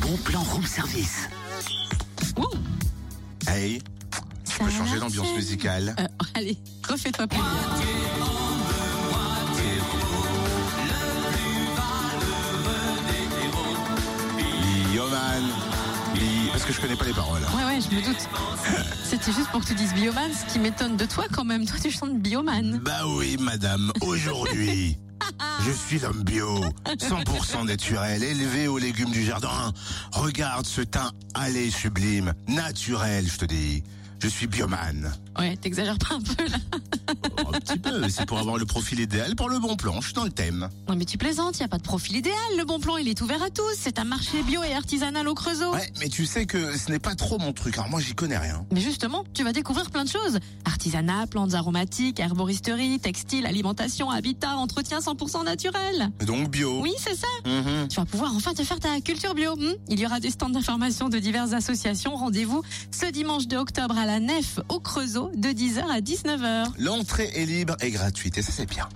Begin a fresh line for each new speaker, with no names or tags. bon plan room service. Hey, on peut changer d'ambiance musicale.
Euh, allez, refais-toi plaisir.
Bioman. Bi- Parce que je connais pas les paroles.
Ouais, ouais, je me doute. C'était juste pour que tu dises Bioman, ce qui m'étonne de toi quand même. Toi, tu chantes Bioman.
Bah oui, madame, aujourd'hui, je suis homme bio, 100% naturel, élevé aux légumes du jardin. Regarde ce teint allé sublime, naturel, je te dis. Je suis bioman.
Ouais, t'exagères pas un peu là.
Oh, un petit peu, c'est pour avoir le profil idéal pour le bon plan, je suis dans le thème.
Non, mais tu plaisantes, y a pas de profil idéal. Le bon plan, il est ouvert à tous. C'est un marché bio et artisanal au Creusot.
Ouais, mais tu sais que ce n'est pas trop mon truc, alors moi j'y connais rien.
Mais justement, tu vas découvrir plein de choses. Artisanat, plantes aromatiques, herboristerie, textile, alimentation, habitat, entretien 100% naturel.
Donc bio.
Oui, c'est ça.
Mhm.
Tu vas pouvoir enfin te faire ta culture bio. hmm Il y aura des stands d'information de diverses associations. Rendez-vous ce dimanche 2 octobre à la Nef au Creusot de 10h à 19h.
L'entrée est libre et gratuite, et ça c'est bien.